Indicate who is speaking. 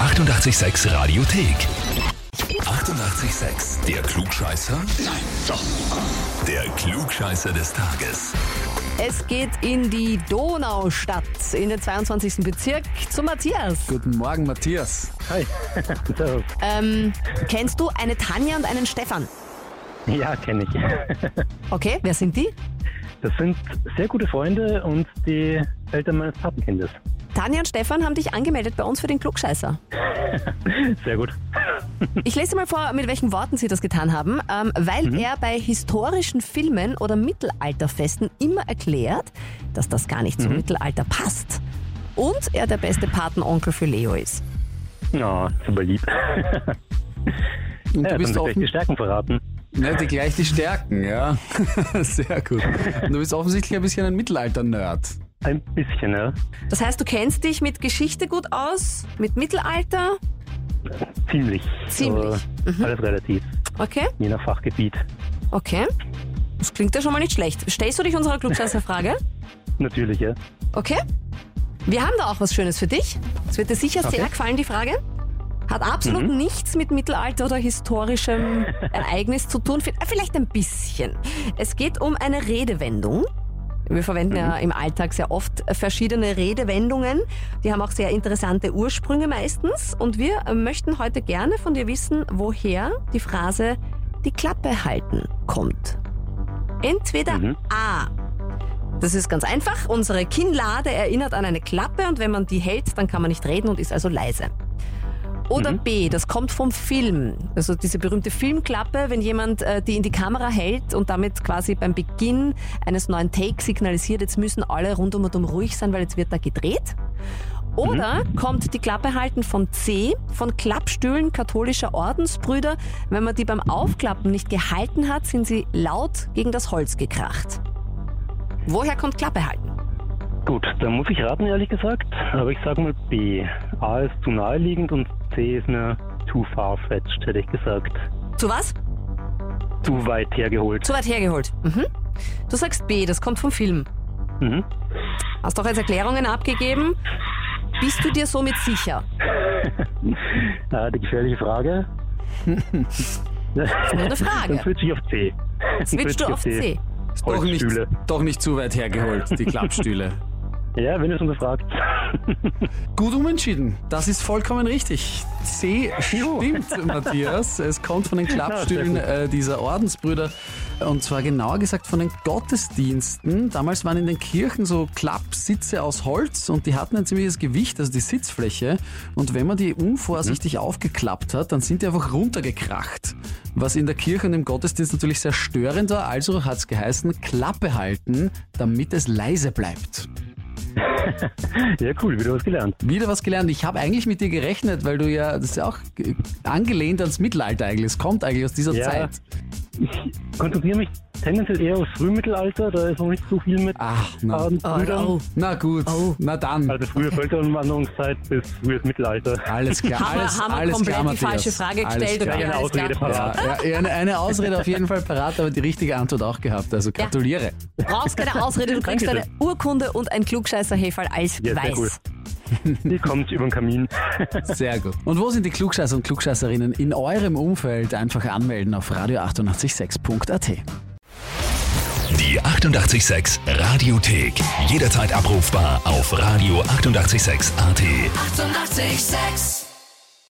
Speaker 1: 886 Radiothek. 88,6. Der Klugscheißer? Nein, doch. Der Klugscheißer des Tages.
Speaker 2: Es geht in die Donaustadt, in den 22. Bezirk, zu Matthias.
Speaker 3: Guten Morgen, Matthias. Hi.
Speaker 4: So,
Speaker 2: Ähm, kennst du eine Tanja und einen Stefan?
Speaker 4: ja, kenne ich.
Speaker 2: Okay, wer sind die?
Speaker 4: Das sind sehr gute Freunde und die Eltern meines Patenkindes.
Speaker 2: Tanja und Stefan haben dich angemeldet bei uns für den Klugscheißer.
Speaker 4: Sehr gut.
Speaker 2: Ich lese mal vor, mit welchen Worten sie das getan haben. Ähm, weil er bei historischen Filmen oder Mittelalterfesten immer erklärt, dass das gar nicht zum Mittelalter passt. Und er der beste Patenonkel für Leo ist.
Speaker 4: Ja, super lieb.
Speaker 3: Und
Speaker 4: Ja,
Speaker 3: du
Speaker 4: jetzt haben
Speaker 3: bist
Speaker 4: sie gleich die
Speaker 3: offen,
Speaker 4: Stärken verraten.
Speaker 3: ne, die gleich die Stärken, ja. Sehr gut. Und du bist offensichtlich ein bisschen ein Mittelalter-Nerd.
Speaker 4: Ein bisschen, ja.
Speaker 2: Das heißt, du kennst dich mit Geschichte gut aus, mit Mittelalter.
Speaker 4: Ziemlich. Mhm.
Speaker 2: Ziemlich.
Speaker 4: Aber Alles relativ,
Speaker 2: Okay,
Speaker 4: je nach Fachgebiet.
Speaker 2: okay. Das klingt ja schon mal nicht schlecht. Stellst du dich unserer Klugscheißer-Frage?
Speaker 4: Natürlich, ja.
Speaker 2: Okay. Wir haben da auch was Schönes für dich. Es wird dir sicher sehr gefallen, die Frage. Hat absolut nichts mit Mittelalter oder historischem Ereignis zu tun. Vi- äh, Vielleicht ein bisschen. Es geht um eine Redewendung. Wir verwenden ja im Alltag sehr oft verschiedene Redewendungen. Die haben auch sehr interessante Ursprünge meistens. Und wir möchten heute gerne von dir wissen, woher die Phrase die Klappe halten kommt. Entweder
Speaker 4: Mhm.
Speaker 2: A. Das ist ganz einfach. Unsere Kinnlade erinnert an eine Klappe und wenn man die hält, dann kann man nicht reden und ist also leise. Oder B, das kommt vom Film. Also diese berühmte Filmklappe, wenn jemand äh, die in die Kamera hält und damit quasi beim Beginn eines neuen Takes signalisiert, jetzt müssen alle rund um und um ruhig sein, weil jetzt wird da gedreht. Oder kommt die Klappe halten von C, von Klappstühlen katholischer Ordensbrüder. Wenn man die beim Aufklappen nicht gehalten hat, sind sie laut gegen das Holz gekracht. Woher kommt Klappe halten?
Speaker 4: Gut, dann muss ich raten, ehrlich gesagt. Aber ich sag mal B. A ist zu naheliegend und C ist mir too far-fetched, hätte ich gesagt.
Speaker 2: Zu was?
Speaker 4: Zu weit hergeholt.
Speaker 2: Zu weit hergeholt. Mhm. Du sagst B, das kommt vom Film.
Speaker 4: Mhm.
Speaker 2: Hast doch jetzt Erklärungen abgegeben. Bist du dir somit sicher?
Speaker 4: Ah, die gefährliche Frage.
Speaker 2: Nur eine
Speaker 4: Dann
Speaker 2: Frage.
Speaker 4: switche ich auf C. Dann
Speaker 2: Switch du
Speaker 4: ich
Speaker 2: auf C.
Speaker 3: Ist Doch nicht,
Speaker 4: Holzstühle.
Speaker 3: doch nicht zu weit hergeholt, die Klappstühle.
Speaker 4: Ja, wenn ihr schon befragt.
Speaker 3: Gut umentschieden. Das ist vollkommen richtig. C stimmt, Matthias. Es kommt von den Klappstühlen äh, dieser Ordensbrüder. Und zwar genauer gesagt von den Gottesdiensten. Damals waren in den Kirchen so Klappsitze aus Holz und die hatten ein ziemliches Gewicht, also die Sitzfläche. Und wenn man die unvorsichtig aufgeklappt hat, dann sind die einfach runtergekracht. Was in der Kirche und im Gottesdienst natürlich sehr störend war. Also hat es geheißen, Klappe halten, damit es leise bleibt.
Speaker 4: Ja, cool, wieder was gelernt.
Speaker 3: Wieder was gelernt. Ich habe eigentlich mit dir gerechnet, weil du ja, das ist ja auch ge- angelehnt ans Mittelalter eigentlich. Es kommt eigentlich aus dieser
Speaker 4: Ja.
Speaker 3: Zeit.
Speaker 4: Konzentriere mich tendenziell eher aufs Frühmittelalter, da ist noch nicht so viel mit
Speaker 3: Ach, Ah, na,
Speaker 4: Abendbrüdern.
Speaker 2: Ah, Oh, oh.
Speaker 3: na gut,
Speaker 2: Oh.
Speaker 3: na dann.
Speaker 4: Also frühe Völkerwanderungszeit bis frühes Mittelalter.
Speaker 3: Alles klar,
Speaker 2: Haben wir-
Speaker 3: alles,
Speaker 2: haben wir
Speaker 3: alles
Speaker 2: komplett
Speaker 3: klar,
Speaker 2: die
Speaker 3: Matthias.
Speaker 2: falsche Frage
Speaker 3: Alles
Speaker 2: gestellt,
Speaker 3: klar.
Speaker 2: oder?
Speaker 4: Keine
Speaker 2: alles klar.
Speaker 4: Ausrede parat.
Speaker 3: Ja, ja, eine, eine Ausrede auf jeden Fall parat, aber die richtige Antwort auch gehabt. Also gratuliere.
Speaker 2: Du brauchst keine Ausrede, du kriegst eine
Speaker 4: Dankeschön.
Speaker 2: Urkunde und ein Klugscheißer-Heferl als
Speaker 4: Ja, sehr
Speaker 2: Beweis.
Speaker 4: cool. Die kommt über den Kamin.
Speaker 3: Sehr gut. Und wo sind die Klugscheißer und Klugscheißerinnen in eurem Umfeld? Einfach anmelden auf radio886.at.
Speaker 1: Die 88,6 Radiothek. Jederzeit abrufbar auf radio886.at. 88,6.
Speaker 5: Eighty-eight, sex.